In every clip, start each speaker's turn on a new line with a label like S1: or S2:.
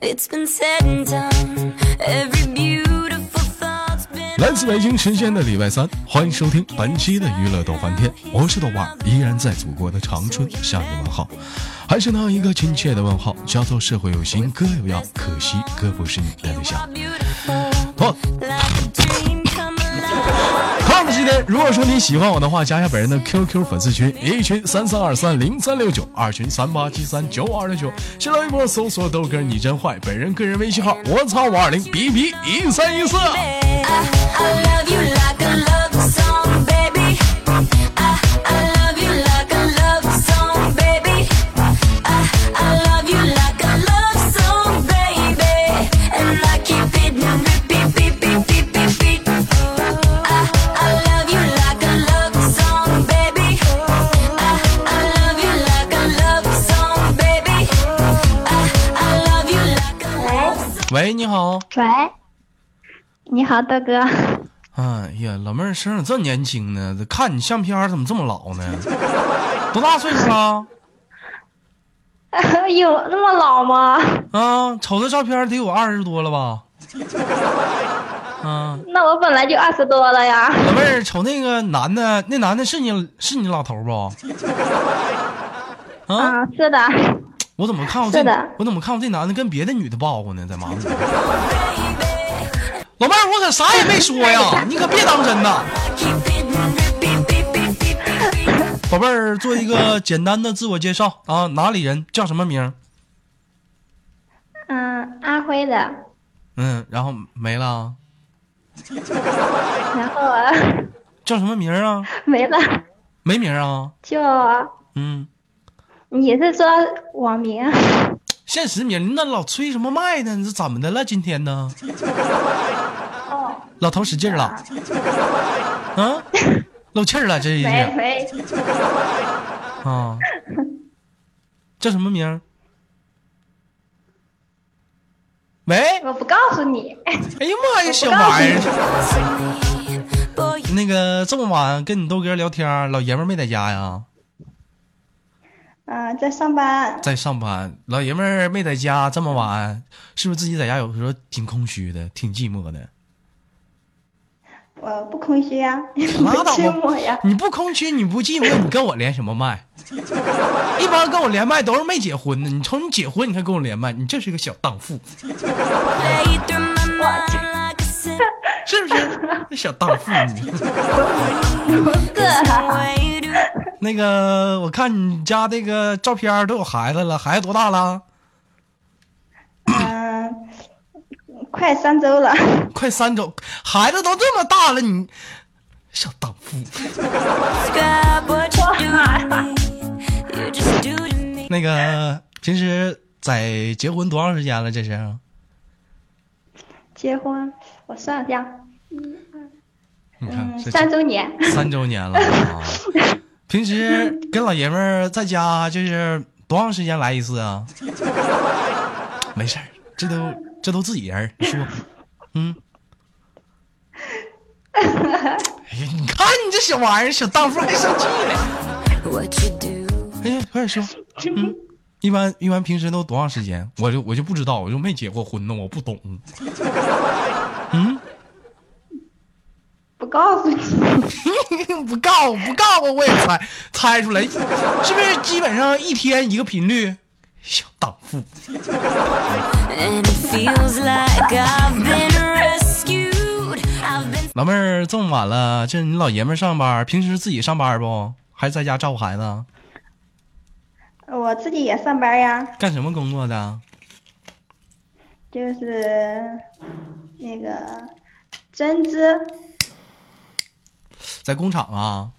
S1: it's been said and done. Every beautiful thought's been
S2: 来自北京时间的礼拜三，欢迎收听本期的娱乐豆翻天，我是豆瓣儿，依然在祖国的长春向你问好，还是那一个亲切的问候，叫做社会有形哥有样，可惜哥不是你的对象。
S1: beautiful
S2: 好，
S1: like a dream come alive.
S2: 胖子今天，如果说你喜欢我的话，加一下本人的 QQ 粉丝群，一群三三二三零三六九，二群三八七三九二六九，新浪微博搜索豆哥你真坏，本人个人微信号我操五二零 B B 一三一四。
S1: I, I love you like a love song, baby. I, I love you like a love song, baby. I, I love you like a love song, baby. And I keep it and repeat, beat, beat, beat, beat, beat. I, I love you like a love song, baby. I, I love you like a love song, baby. I, I love you like a love song.
S2: 喂，你好。
S3: 喂，你好，豆哥。
S2: 哎呀，老妹儿声咋这么年轻呢？这看你相片儿怎么这么老呢？多大岁数了？
S3: 有那么老吗？
S2: 啊，瞅这照片儿得有二十多了吧？啊，
S3: 那我本来就二十多了呀。
S2: 老妹儿，瞅那个男的，那男的是你是你老头儿不？啊，
S3: 嗯，是的，
S2: 我怎么看我这
S3: 是的
S2: 我怎么看我这男的跟别的女的抱过呢？在马路上。老妹儿，我可啥也没说呀，你可别当真呐。
S1: Keep it and repeat, beat, beat, beat, beat, beat.
S2: 宝贝儿，做一个简单的自我介绍啊，哪里人，叫什么名儿？
S3: 嗯，安徽的。
S2: 嗯，然后没了。
S3: 然后 啊，
S2: 叫什么名儿啊？
S3: 没了。
S2: 没名儿啊？
S3: 就
S2: 嗯，
S3: 你是说网名？
S2: 现实名儿，那老吹什么麦呢？你这怎么的了？今天呢？
S3: 哦，
S2: 老头使劲 儿了，啊，漏气儿了，这一
S3: 没
S2: 下
S3: 没，
S2: 啊， 叫什么名儿？喂，
S3: 我不告诉你。
S2: 哎呀妈呀，小玩意儿！那个这么晚跟你豆哥聊天儿，老爷们儿没在家呀？
S3: 嗯，在上班。
S2: 在上班，老爷们儿没在家，这么晚，是不是自己在家有时候挺空虚的，挺寂寞的？
S3: 我不空虚 呀，
S2: 拉
S3: 不
S2: 倒
S3: 寂
S2: 吧
S3: 寞呀。
S2: 你不空虚，你不寂寞，你跟我连什么麦？ 一般跟我连麦都是没结婚的，你瞅你结婚，你还跟我连麦，你这是个小荡妇，是不是？小荡妇你。那个，我看你家那个照片儿都有孩子了，孩子多大了？
S3: 嗯，快三周了。
S2: 快三周，孩子都这么大了，你小荡妇。那个，平时在结婚多长时间了？这是
S3: 结婚，我算一下，
S2: 你看
S3: 嗯，
S2: 这
S3: 三周年。
S2: 三周年了啊！平时跟老爷们儿在家就是多长时间来一次啊？没事儿，这都这都自己人儿，你说，嗯。哎呀，你看你这小玩意儿，小荡妇还生气了。哎呀，快点说，嗯，一般一般平时都多长时间？我就我就不知道，我就没结过婚呢，我不懂。 嗯，
S3: 不告诉你，
S2: 不告不告我我也猜猜出来，是不是基本上一天一个频率？小荡妇，老妹儿这么晚了，这你老爷们儿上班，平时自己上班不？还是在家照顾孩子？
S3: 我自己也上班呀，
S2: 干什么工作的？
S3: 就是那个针织
S2: 在工厂啊，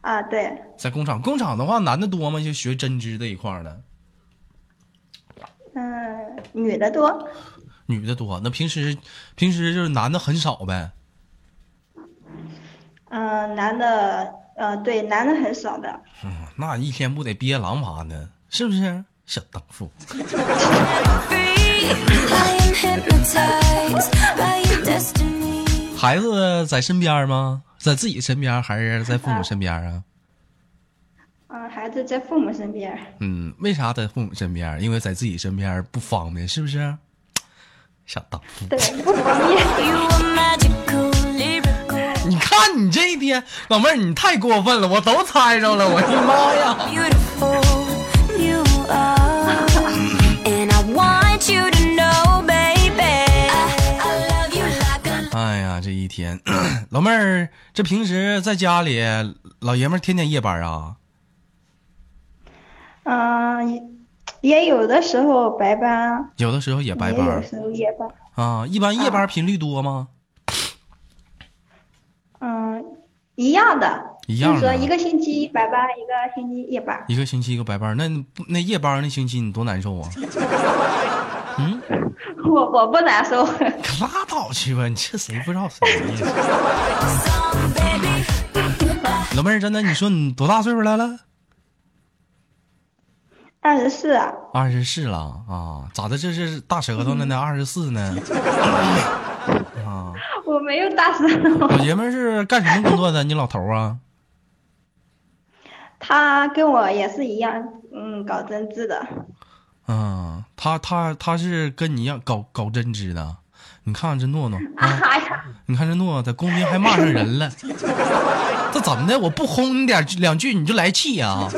S3: 啊，对，
S2: 在工厂。工厂的话，男的多吗？就学针织这一块儿的，
S3: 嗯，女的多，
S2: 女的多。那平时平时就是男的很少呗。
S3: 嗯、男的，呃，对，男的很少的，
S2: 嗯，那一天不得憋狼爬呢？是不是？小荡妇。孩子在身边吗？在自己身边还是在父母身边啊？
S3: 嗯、让孩子在父母身边儿。
S2: 嗯，为啥在父母身边儿？因为在自己身边儿不方便，是不是？想当父母
S3: 对，不方便。
S1: You are magical, lyrical,
S2: 你看你这一天，老妹儿你太过分了，我都猜着了，我 的妈呀！
S1: beautiful. You are, and I want you to know, baby, I, I love you like a
S2: 哎呀，这一天， 老妹儿这平时在家里，老爷们儿天天夜班啊？
S3: 嗯，也也有的时候白班，
S2: 有的时候也白班
S3: 也有
S2: 儿
S3: 时候夜班。
S2: 啊？一般夜班频率多吗？
S3: 嗯，一样的，
S2: 一样的
S3: 啊
S2: 啊
S3: 就是说一个星期白班，一个星期夜 班。
S2: 一个星期一个白班儿，那你不那夜班儿那星期你多难受啊！
S3: 我我不难受，
S2: 可拉倒去吧，你这谁不知道谁呀？
S1: song, baby.
S2: 老妹儿，真的，你说你多大岁数来了？
S3: 二十四啊，
S2: 二十四了啊？咋的？这是大舌头了呢？二十四呢？啊，
S3: 我没有大哦 舌头。
S2: 老爷们儿是干什么工作的？你老头儿啊？
S3: 他跟我也是一样，嗯，搞针织的。
S2: 嗯，他他他是跟你一样搞搞针织的。你看这诺诺
S3: 啊
S2: 啊，
S3: 哈呀，
S2: 你看这诺诺在公屏还骂上人了，这怎么的？我不轰你点儿两句你就来气啊？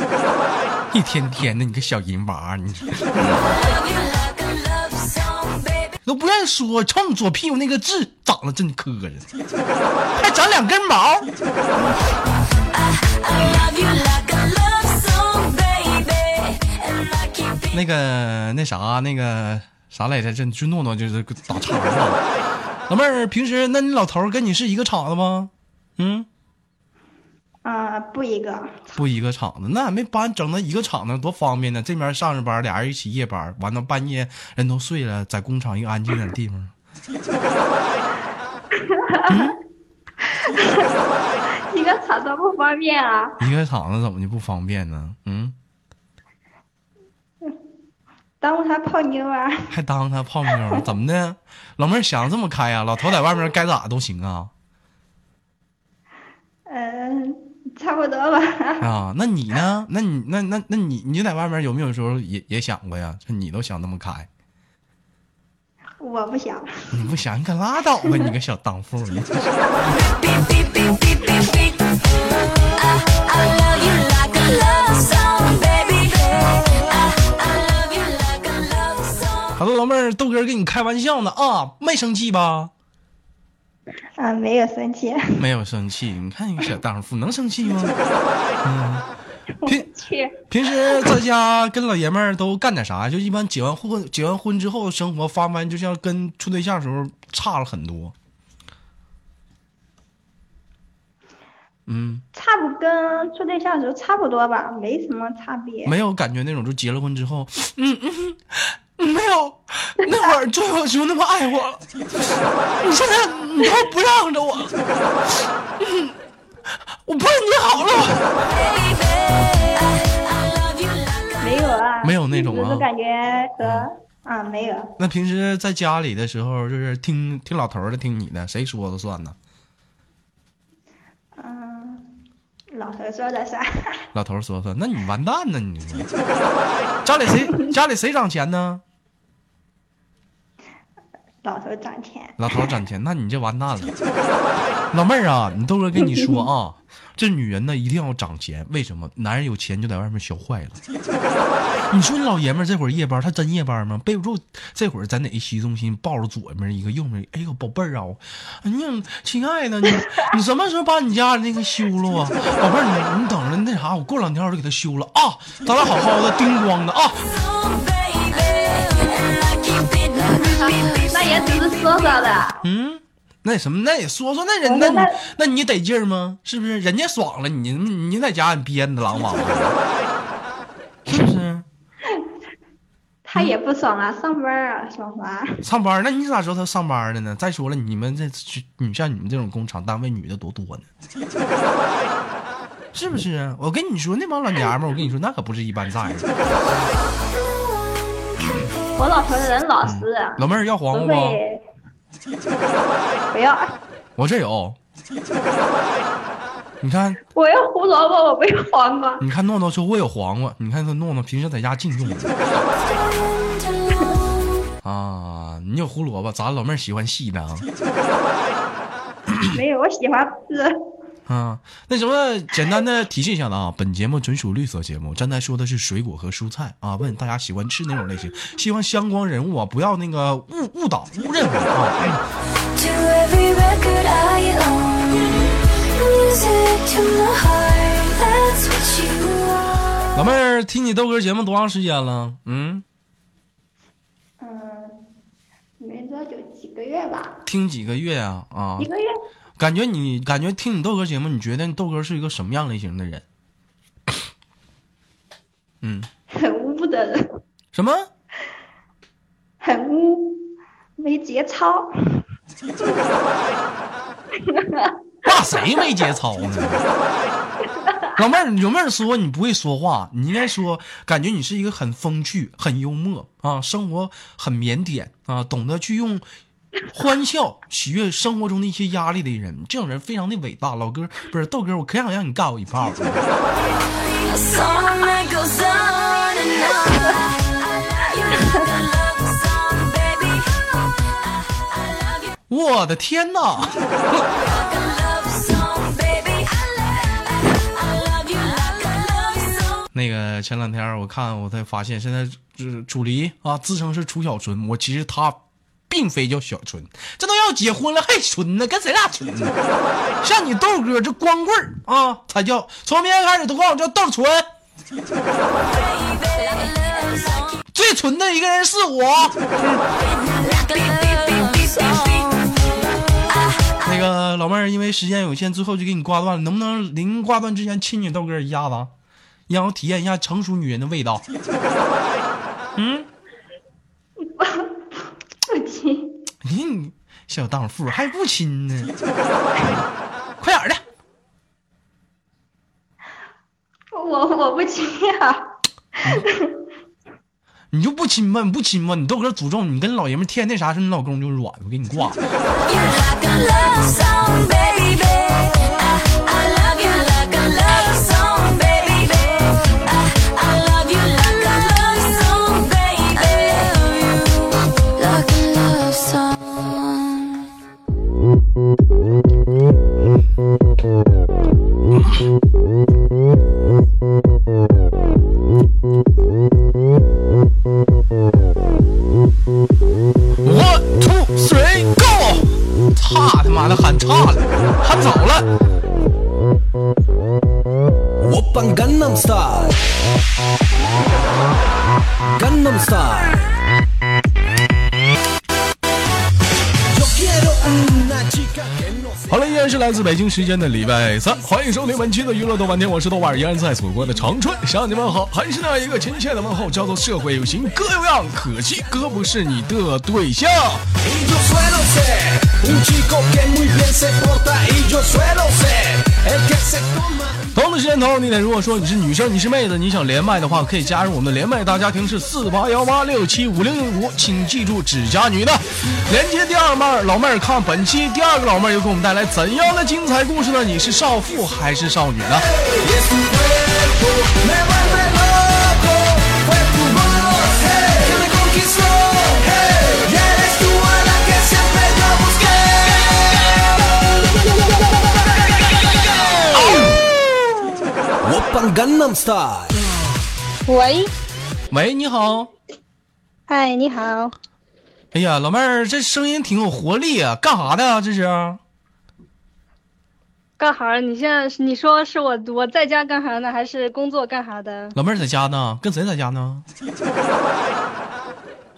S2: 一天天的，你个小淫娃儿，你
S1: Love you like a love song, baby.
S2: 都不愿意说，瞅你左屁股那个痣长得真磕碜，还长两根毛。
S1: I love you like a love song, baby, and I keep it.
S2: 那个那啥那个啥来着？这就诺诺就是打岔了。老妹儿，平时那你老头儿跟你是一个厂子吗？嗯，
S3: 啊、不一个，
S2: 不一个厂子，那没班整到一个厂子多方便呢。这边上着班，俩人一起夜班，完了半夜人都睡了，在工厂一个安静点地方。
S3: 一个厂子不方便啊。
S2: 一个厂子怎么就不方便呢？嗯，
S3: 耽误他泡妞啊！
S2: 还当他泡妞儿怎么的？老妹儿想这么开呀、老头在外面该咋都行啊
S3: 嗯，差不多吧。
S2: 啊！那你呢？那你那那那你你在外面有没有时候也也想过呀？这你都想那么开？
S3: 我不想，
S2: 你不想，你可拉倒吧，你个小荡妇！你
S1: Beep, beep, beep, beep, beep, beep. I, I love you like a love song, baby. I, I love you like a love song.
S2: 好了，老妹儿，豆哥跟你开玩笑呢啊，没生气吧？
S3: 啊，没有生气。
S2: 没有生气，你看你个小荡妇能生气吗？嗯，平
S3: 去，
S2: 平时在家跟老爷们儿都干点啥？就一般结完婚结完婚之后生活翻翻，就像跟处对象时候差了很多。嗯，
S3: 差不跟处对象的时候差不多吧，没什么差别。
S2: 没有感觉那种，就结了婚之后，嗯嗯嗯，没有，那会儿追我时候那么爱我了，你现在你都不让着我了，嗯，我为你好了，
S1: Baby, I, I love you like a
S3: 没有啊，
S2: 没有那种啊
S3: 就是感觉和啊没有，
S2: 那平时在家里的时候，就是听听老头儿的，听你的，谁说了算呢？
S3: 嗯，老头说的算，
S2: 老头儿说算，那你完蛋呢你！家里谁家里谁涨钱呢？
S3: 老头赚钱。
S2: 老头儿攒钱，那你这完蛋了。老妹儿啊，你豆哥跟你说啊，这女人呢一定要涨钱，为什么？男人有钱就在外面学坏了。你说你老爷们儿这会儿夜班，他真夜班吗？备不住这会儿在哪个洗浴中心抱着左面一个右面，哎呦宝贝儿啊，我哎呀亲爱的，你你什么时候把你家那个修了啊？宝贝儿，你你等着那啥，我过两天我就给他修了啊，咱俩好好的叮咣的啊。
S1: song, Oh, baby, and I keep it. Beep, beep,
S3: 那也只是说说的，
S2: 嗯，那什么，那也说说那人，那
S3: 那
S2: 你
S3: 那
S2: 那你得劲儿吗？是不是？人家爽了，你你在家你憋的狼王八， 是不是？
S3: 他也不爽啊，上班啊，小华。
S2: 上班儿，那你咋知道他上班儿了呢？再说了，你们这去你像你们这种工厂单位，女的多多呢， 是不是？我跟你说，那帮老娘们儿，我跟你说，那可不是一般在的。
S3: 我老头人老实，
S2: 老妹儿要黄瓜
S3: 不
S2: 不？
S3: 会。不要，
S2: 我这有，你看，
S3: 我要胡萝卜，我不要 黄瓜。
S2: 你看诺诺说我有黄瓜，你看他诺诺平时在家净用。啊，你有胡萝卜，咱老妹儿喜欢细的 啊。
S3: 没有，我喜欢吃。
S2: 啊，那什么，简单的提示一下子啊，本节目纯属绿色节目，站台说的是水果和蔬菜啊，问大家喜欢吃哪种类型，希望相关人物啊不要那个误误导误认为啊。
S1: To every record I own, music to my heart. That's what you are.
S2: 老妹儿，听你豆哥节目多长时间了？嗯，
S3: 嗯，没多久，几个月吧，
S2: 听几个月呀、啊？啊
S3: 一，个月。
S2: 感觉你感觉听你豆哥节目，你觉得你豆哥是一个什么样类型的人？ 嗯，
S3: 很污的人，
S2: 什么？
S3: 很污，没节操。
S2: 那谁没节操呢？老妹儿，老妹儿说你不会说话，你应该说，感觉你是一个很风趣、很幽默啊，生活很腼腆啊，懂得去用欢笑喜悦生活中的一些压力的人，这种人非常的伟大。老哥不是豆哥，我可想让你干我一炮。
S1: A song that goes on and on. I love you like a love song, baby. I, I love you
S2: 我的天哪！
S1: like a love song, baby. I love, I love you like a love song.
S2: 那个前两天我看我才发现，现在就是楚离啊，自称是楚小纯，我其实他并非叫小纯，这都要结婚了还纯呢，跟谁俩纯呢？像你豆哥这光棍儿啊，才叫从明天开始都管我叫豆纯，
S1: Baby, like a love song.
S2: 最纯的一个人是我。
S1: Like a love song.
S2: 那个老妹儿，因为时间有限，最后就给你挂断了，能不能临挂断之前亲你豆哥一下子，让我体验一下成熟女人的味道？
S3: 不亲。
S2: 你小荡妇还不亲呢，快点儿的。
S3: 我我不亲啊！
S2: 你就不亲吧，你不亲吧，你豆哥诅咒你跟老爷们天天那啥事，你老公就软，我给你挂。
S1: You like a love song, baby. I, I love you like a love song, baby. I, I love you like a love song, baby. I love you like a love song.
S2: 我 two three go，差他妈的喊差了，喊早了。
S4: 오빤 강남 스타일 강남 스타일 Yo quiero una chica que no se
S2: 好了，依然是来自北京时间的礼拜三，欢迎收听本期的娱乐豆瓣天，我是豆瓣儿，依然在祖国的长春向你问好，还是那一个亲切的问候，叫做社会有型哥有样，可惜哥不是你的对象。
S4: Y yo suelo ser un chico que muy bien se porta Y yo suelo ser el que se toma
S2: 同样的时间同样的地点，如果说你是女生，你是妹子，你想连麦的话，可以加入我们的连麦大家庭是四八幺八六七五零五，请记住只加女的。连接第二妹儿老妹儿，看本期第二个老妹儿又给我们带来怎样的精彩故事呢？你是少妇还是少女呢？
S4: Y es tu cuerpo, me vuelve loco Fue tu voz, hey, que me conquistó hey, Y eres tú a la que siempre yo busqué Open Gangnam Style
S5: 喂，
S2: 喂，你好。
S5: 嗨，你好，
S2: 哎呀，老妹儿，这声音挺有活力啊，干啥的呀、这是？
S5: 干哈？你现在你说是我我在家干啥呢，还是工作干啥的？
S2: 老妹儿在家呢，跟谁在家呢？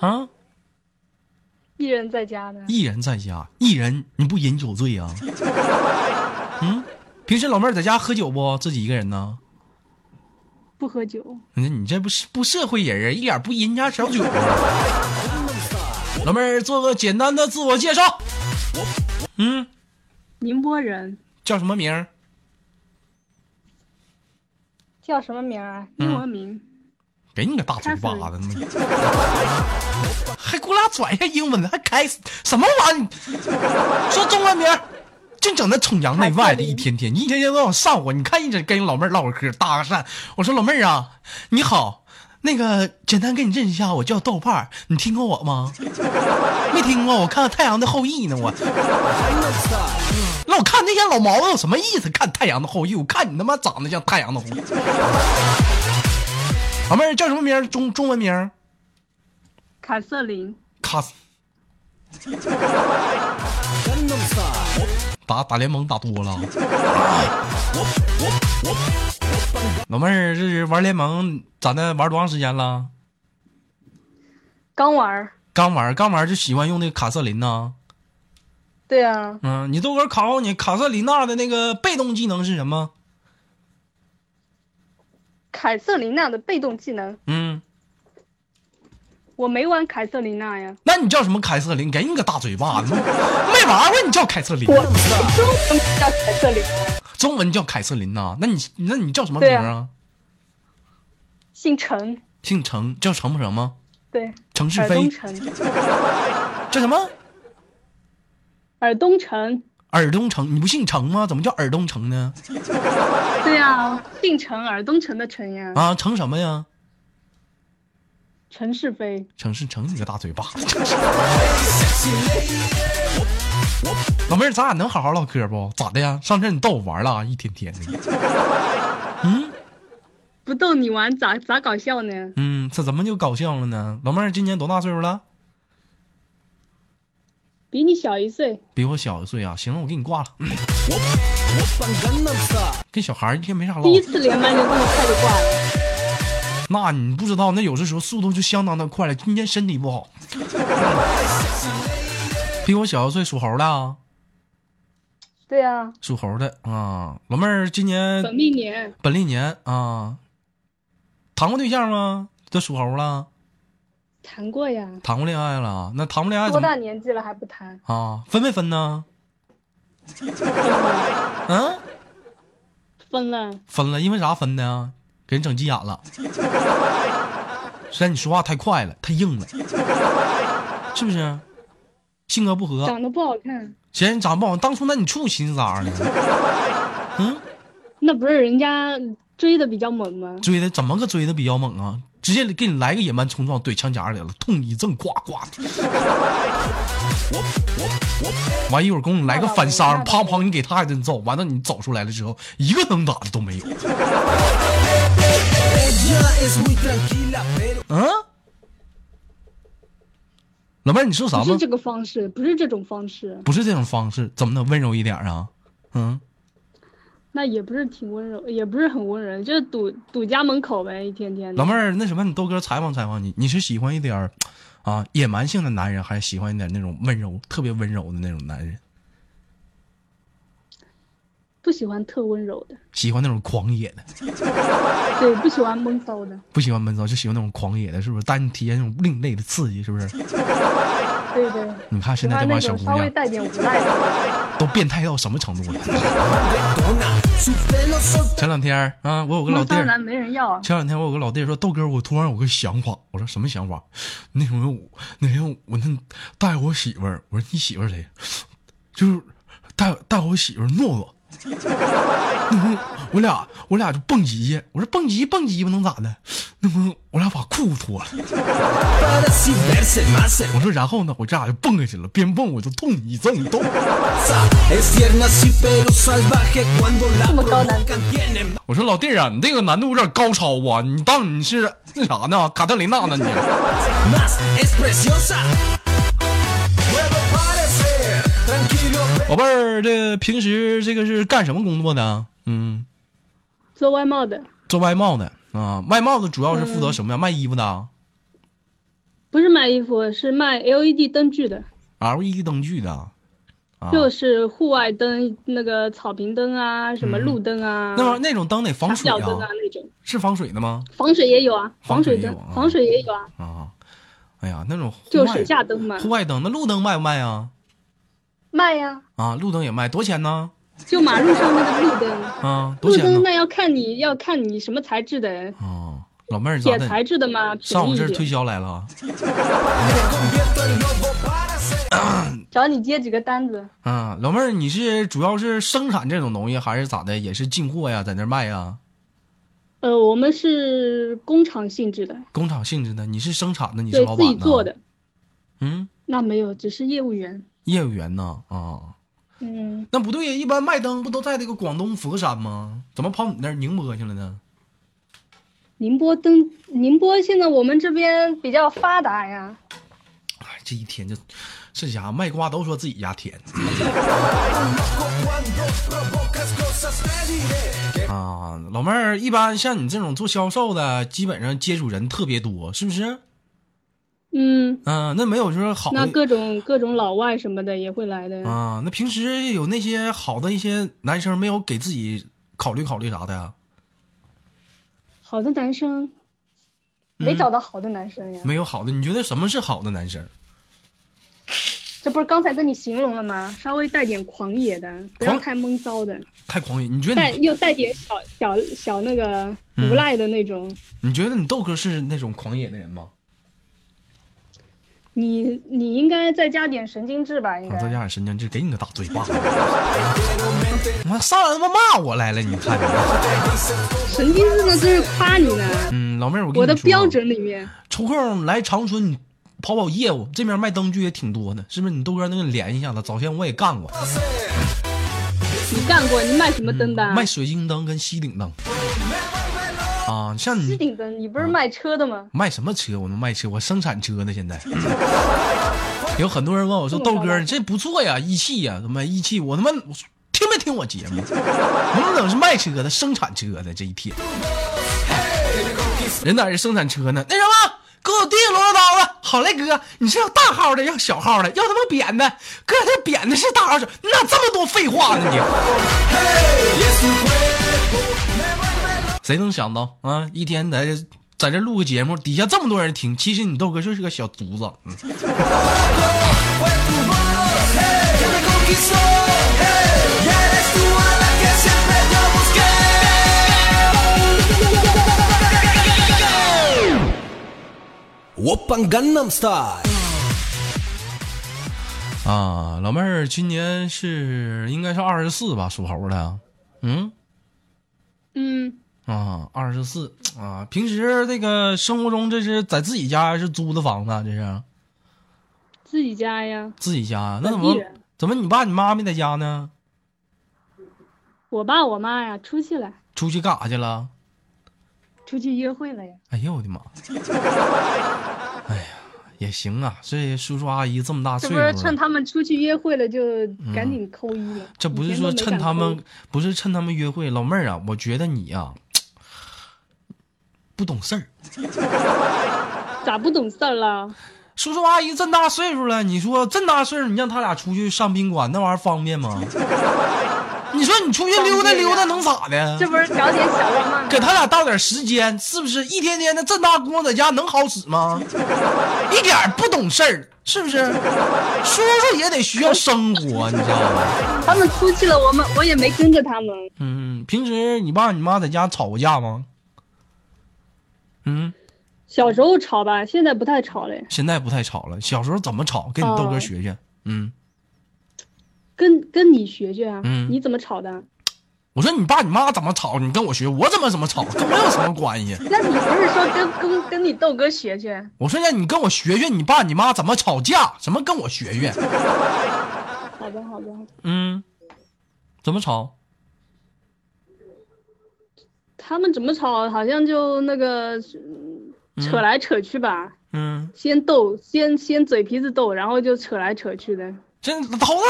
S2: 啊，
S5: 一人在家呢？
S2: 一人在家，一人你不饮酒醉啊？ 嗯，平时老妹儿在家喝酒不？自己一个人呢？
S5: 不喝酒，
S2: 你这你这不是不社会人啊，一点不饮家小酒啊。老妹儿做个简单的自我介绍，嗯，
S5: 宁波人，
S2: 叫什么名儿？
S5: 叫什么名儿啊？
S2: 嗯
S5: 英文名。
S2: 给你个大嘴巴子，你 还给我俩转一下英文，还开什么玩意儿？说中文名儿，净整那崇洋媚外的，一天天，你一天天都往上我，你看一整跟老妹儿唠会儿嗑，搭个讪。我说老妹儿啊，你好，那个简单跟你认识一下，我叫豆瓣儿，你听过我吗？没听过，我看《太阳的后裔》呢，我。那我看那些老毛子有什么意思？看《太阳的后裔》，我看你他妈长得像太阳的后裔。老妹儿叫什么名儿？中中文名儿？
S5: 凯瑟琳，
S2: 卡斯。打打联盟打多了， 老妹儿，这是玩联盟，咱那玩多长时间了？
S5: 刚玩儿。
S2: 刚玩，刚玩就喜欢用那个卡瑟琳呐。
S5: 对啊，
S2: 嗯，你豆哥考考你，卡瑟琳娜的那个被动技能是什么？
S5: 凯瑟琳娜的被动技能，
S2: 嗯，
S5: 我没玩凯瑟琳娜呀，
S2: 那你叫什么凯瑟琳？给你个大嘴巴子！没玩过，你叫凯瑟琳，
S5: 中文名叫凯瑟琳娜，
S2: 中文叫凯瑟琳呐。那你那你叫什么名
S5: 对
S2: 啊？
S5: 姓陈，
S2: 姓程，叫程不程吗？
S5: 对，
S2: 程世
S5: 尔
S2: 飞
S5: 东，城，
S2: 叫什么？
S5: 尔东城，
S2: 尔东城，你不姓程吗？怎么叫尔东城呢？
S5: 对啊，姓陈，尔东城的陈呀，
S2: 啊，程什么呀？
S5: 陈世飞，
S2: 程世成，你个大嘴巴！ 老妹儿，咱俩能好好唠嗑不？咋的呀？上这你逗我玩了啊，一天天的。
S5: 不逗你玩咋咋搞笑呢？
S2: 嗯，这怎么就搞笑了呢？老妹儿今年多大岁数了？
S5: 比你小一岁，
S2: 比我小一岁啊。行了，我给你挂了。嗯跟小孩儿一天没啥唠
S5: 第，一次连麦就这么快就挂了，
S2: 那你不知道，那有的时候速度就相当的快了。今天身体不 好，比我小一岁，属猴的，啊，
S5: 对啊，
S2: 属猴的啊。老妹儿今年
S5: 本命年
S2: 本历年啊，谈过对象吗？都属猴了，
S5: 谈过呀，
S2: 谈过恋爱了，那谈过恋爱
S5: 多
S2: 怎
S5: 大
S2: 么
S5: 年纪了还不谈？
S2: 啊？分没分呢？ 嗯、
S5: 分了，
S2: 分了，因为啥分的呀？给人整急眼了。虽然你说话太快了，太硬了，是不是？性格不合，
S5: 长得不好看，
S2: 嫌人长不好。当初那你处寻思啥呢？嗯，
S5: 那不是人家追的比较猛吗？
S2: 追的怎么个追的比较猛啊？直接给你来个野蛮冲撞，怼枪夹里了，痛一震，呱呱。完一会儿给你来个反杀，
S5: 那倒
S2: 砰砰，
S5: 没
S2: 你给他一顿揍。完了你找出来了之后，一个能打的都没有。
S4: Ella es muy tranquila, pero
S5: 啊
S2: 嗯，老妹儿，你说啥
S5: 不
S2: 吗？
S5: 是这个方式，不是这种方式，
S2: 不是这种方式，怎么能温柔一点啊？嗯，
S5: 那也不是挺温柔，也不是很温柔，就是堵堵家门口呗，一天天的。
S2: 老妹儿，那什么，你豆哥采访采访你，你是喜欢一点儿啊野蛮性的男人，还是喜欢一点那种温柔、特别温柔的那种男人？
S5: 不喜欢特温柔的，
S2: 喜欢那种狂野的，
S5: 对，不喜欢闷骚的，
S2: 不喜欢闷骚，就喜欢那种狂野的，是不是？带你体验那种另类的刺激，是不 是？
S5: 对对。
S2: 你看
S5: 喜
S2: 现在这
S5: 欢那
S2: 帮小
S5: 种
S2: 姑
S5: 稍微
S2: 娘
S5: 带点无赖的，
S2: 都变态到什么程度了？啊
S4: sus pelos son
S2: 前两天儿啊，我有个老
S5: 闷
S2: 弟
S5: 骚
S2: 儿，
S5: 男没人要啊。
S2: 前两天我有个老弟说，豆哥，我突然有个想法。我说什么想法？那天我那天我那带我媳妇儿，我说你媳妇儿谁？ 就是带带我媳妇儿诺诺。那不 我俩我俩就蹦极去。我说蹦极蹦极吧，能咋的？那不我俩把裤脱了。
S4: para así verse más
S2: 我说然后呢？我这俩就蹦下去了，边蹦我就痛一阵痛。
S4: hermosa. Es tierna así, pero salvaje cuando la provocan. Tiene
S2: 我说老弟儿啊，你这个难度有点高超啊！你当你是那啥呢？卡特琳娜呢你？
S4: más, es preciosa. Puedo parecer tranquilo, pero
S2: 宝贝儿，这平时这个是干什么工作的？嗯。
S5: 做外贸的，
S2: 做外贸的啊，外贸的主要是负责什么呀？卖衣服的啊
S5: 不是卖衣服，是卖 LED 灯具的，
S2: ，LED 灯具的啊。啊
S5: 就是户外灯，那个草坪灯啊，什么路灯啊，
S2: 嗯那玩意儿那种灯得防水
S5: 墙角灯
S2: 啊
S5: 啊，那种，
S2: 是防水的吗？
S5: 防水也有啊，防水灯，
S2: 防
S5: 防
S2: 水
S5: 水也有啊，
S2: 啊，哎呀，那种户
S5: 就
S2: 外
S5: 水下灯嘛，
S2: 户外灯，那路灯卖不卖啊？
S5: 卖呀，
S2: 啊，路灯也卖，多少钱呢？
S5: 就马路上那个路灯。
S2: 啊，多
S5: 路
S2: 少钱
S5: 灯
S2: 呢？
S5: 那要看你要看你什么材质的，
S2: 啊，老妹儿咋
S5: 铁
S2: 的？
S5: 材质的嘛，便
S2: 上我
S5: 宜
S2: 这儿
S5: 一
S2: 推
S5: 点。
S2: 销来了啊，
S4: me convierto en lobo para
S5: 找你接几个单子，
S2: 嗯，老妹儿，你是主要是生产这种东西，还是咋的？也是进货呀，在那儿卖呀？
S5: 呃，我们是工厂性质的，
S2: 工厂性质的，你是生产的，你是
S5: 对
S2: 老
S5: 自
S2: 板
S5: 己
S2: 呢？
S5: 做的，
S2: 嗯，
S5: 那没有，只是业务员。
S2: 业务员呢？啊，
S5: 嗯，
S2: 那不对呀，一般卖灯不都在这个广东佛山吗？怎么跑你那儿宁波去了呢？
S5: 宁波灯，宁波现在我们这边比较发达呀。
S2: 哎，这一天就，这家伙卖瓜都说自己家甜。 啊，老妹儿，一般像你这种做销售的，基本上接触人特别多，是不是？
S5: 嗯，
S2: 嗯、那没有就是好的
S5: 那各种各种老外什么的也会来的。
S2: 啊，那平时有那些好的一些男生没有给自己考虑考虑啥的呀？
S5: 好的男生，
S2: 嗯
S5: 没找到好的男生呀。
S2: 没有好的，你觉得什么是好的男生？
S5: 这不是刚才跟你形容了吗？稍微带点狂野的，不要
S2: 狂嗯
S5: 太闷骚的，
S2: 太狂野！你觉得
S5: 带
S2: 你
S5: 又带点小小小那个
S2: 嗯
S5: 无赖的那种。
S2: 你觉得你豆哥是那种狂野的人吗？
S5: 你你应该再加点神经质吧？应
S2: 我啊再加
S5: 该。
S2: 点神经质，给你个大嘴巴！我上来他妈骂我来了，你看你。
S5: 神经质呢，就是夸你呢。
S2: 嗯，老妹儿，我跟你
S5: 我的
S2: 说
S5: 标，准里面，
S2: 抽空来长春你跑跑业务，这边卖灯具也挺多的，是不是？你豆哥能给你联系一下子，早前我也干过，
S5: 啊你干过，你卖什么灯的啊？
S2: 嗯卖水晶灯跟吸顶灯。啊，像
S5: 吸
S2: 你
S5: 顶灯，你不是
S2: 嗯
S5: 卖车的吗？
S2: 卖什么车？我能卖车，我生产车呢。现在有很多人问我说：“
S5: 这
S2: 豆
S5: 么高
S2: 哥，
S5: 端
S2: 你这不错呀，一汽呀，他妈一汽，我他妈我听没听我节目？我们整是卖车的，生产车的这一天，人在这生产车呢。那什么，给我递螺丝刀子。好嘞，哥，你是要大号的，要小号的，要他妈扁的？哥，这扁的是大号小，你咋这么多废话呢你？”谁能想到啊？一天在这在这录个节目，底下这么多人听，其实你豆哥就是个小犊子。嗯
S4: que me conquistó. Hey, y eres tú a la que siempre yo busqué. Whoopang Gangnam Style.
S2: 啊，老妹儿今年是应该是二十四吧，属猴的。嗯
S5: 嗯，
S2: 啊，二十四啊，平时这个生活中这是在自己家是租的房子啊，这是
S5: 自己家呀。
S2: 自己家，那怎
S5: 本
S2: 么
S5: 地人
S2: 怎么你爸你妈没在家呢？
S5: 我爸我妈呀，出去了，
S2: 出去干啥去了？
S5: 出去约会了呀。
S2: 哎呦我的妈！ 哎呀，也行啊，这叔叔阿姨这么大
S5: 这
S2: 岁
S5: 不
S2: 数了，
S5: 是趁他们出去约会了，就赶紧扣一了。
S2: 这不
S5: 以
S2: 是
S5: 前
S2: 说
S5: 都没
S2: 趁
S5: 敢
S2: 他
S5: 扣
S2: 们，不是趁他们约会，老妹儿啊，我觉得你呀、不懂事儿。
S5: 咋不懂事儿了？
S2: 叔叔阿姨这么大岁数了，你说这么大岁数，你让他俩出去上宾馆，那玩意儿方便吗？你说你出去溜达溜达能咋的
S5: 这？不是找点小浪漫吗？
S2: 给他俩倒点时间，是不是？一天天的这么大姑娘在家能好使吗？一点儿不懂事儿，是不是？叔叔也得需要生活，你知道吗？
S5: 他们出去了，我们我也没跟着他们。
S2: 嗯，平时你爸你妈在家吵过架吗？嗯，
S5: 小时候吵吧，现在不太吵了，
S2: 现在不太吵了。小时候怎么吵？跟你豆哥学学。嗯，
S5: 跟跟你学学啊。
S2: 嗯
S5: 你怎么吵的？
S2: 我说你爸你妈怎么吵，你跟我学，我怎么怎么吵，跟我有什么关系？
S5: 那你不是说跟跟跟你豆哥学学？
S2: 我说让你跟我学学，你爸你妈怎么吵架，怎么跟我学学？
S5: 好的好的，
S2: 嗯，怎么吵？
S5: 他们怎么吵？好像就那个嗯扯来扯去吧。
S2: 嗯，
S5: 先斗，先先嘴皮子斗，然后就扯来扯去的。
S2: 这老头子，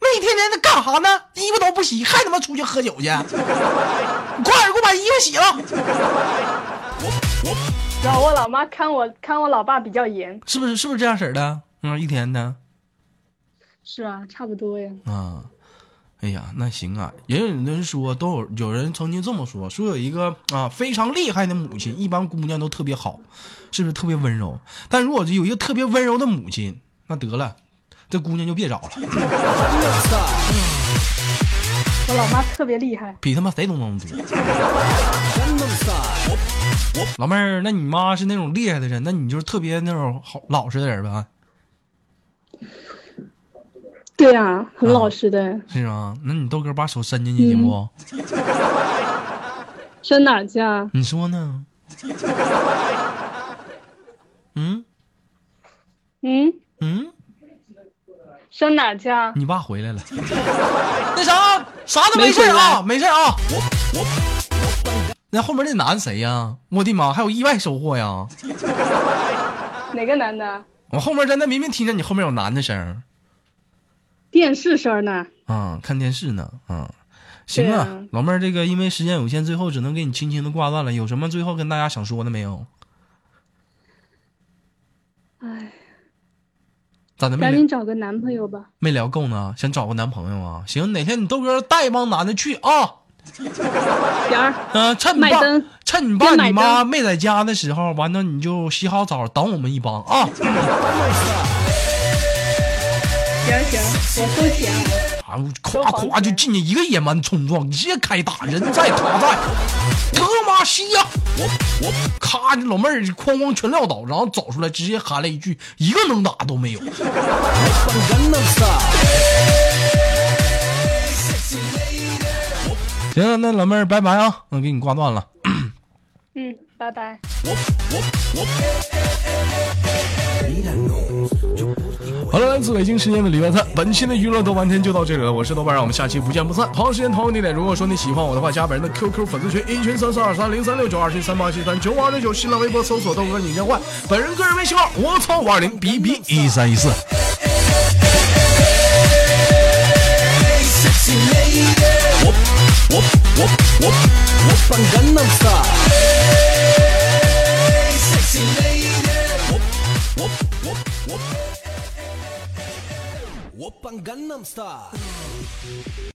S2: 那一天天的干啥呢？衣服都不洗，还他妈出去喝酒去？你快点给我把衣服洗了，
S5: 然后我老妈看我看我老爸比较严，
S2: 是不是？是不是这样式儿的？嗯，一天的。
S5: 是啊，差不多呀。
S2: 啊，哎呀，那行啊，也有人说，都有有人曾经这么说，说有一个啊非常厉害的母亲，一般姑娘都特别好，是不是特别温柔？但如果有一个特别温柔的母亲，那得了，这姑娘就别找了，
S5: 我老妈特别厉害，
S2: 比他妈谁都能多。老妹儿，那你妈是那种厉害的人，那你就是特别那种好老实的人呗？
S5: 对啊，很老实的，
S2: 是吗？那你豆哥把手伸进去行不？
S5: 上哪去啊？
S2: 你说呢？ 嗯
S5: 嗯，
S2: 嗯，
S5: 上哪去啊？
S2: 你爸回来了。那啥，啥都没事儿啊，没事儿啊。那后面那男谁呀、我的妈，还有意外收获呀！
S5: 哪个男的？
S2: 我后面真的明明听着你后面有男的声儿，
S5: 电视声呢？
S2: 啊、看电视呢，啊、行
S5: 对
S2: 啊，
S5: 啊
S2: 老妹儿，这个因为时间有限，最后只能给你轻轻的挂断了。有什么最后跟大家想说的没有？
S5: 哎，
S2: 咋的没
S5: 赶
S2: 聊
S5: 紧找个男朋友吧。
S2: 没聊够呢？想找个男朋友啊？行，哪天你豆哥带一帮男的去啊？
S5: 点儿，
S2: 嗯、趁你
S5: 买
S2: 爸
S5: 灯
S2: 趁你爸
S5: 先买
S2: 你妈
S5: 灯
S2: 没在家的时候，完了你就洗好澡等我们一帮啊！
S5: 行行，我收钱。
S2: 啊，夸夸就进去一个野蛮冲撞，直接开打，人在塔在，德玛西亚！我我咔，这老妹儿哐哐全撂倒，然后走出来，直接喊了一句：“一个能打都没有。”
S4: Gangnam Style
S2: 行了，那老妹儿拜拜啊，我给你挂断了。
S5: 嗯，拜拜。
S2: 好了，来自北京时间的礼拜三，本期的娱乐豆瓣天就到这里了。我是豆瓣，让我们下期不见不散。同样时间，同样地点。如果说你喜欢我的话，加本人的 QQ 粉丝群，一群三四二三零三六九，二群三八七三九五二六九。新浪微博搜索豆哥你先换，本人个人微信号我操五二零 b b 一三一四。
S4: Sexy lady Whoop whoop whoop whoop Whoop on Gangnam Style Hey, Sexy lady Whoop whoop whoop whoop Whoop on Gangnam Style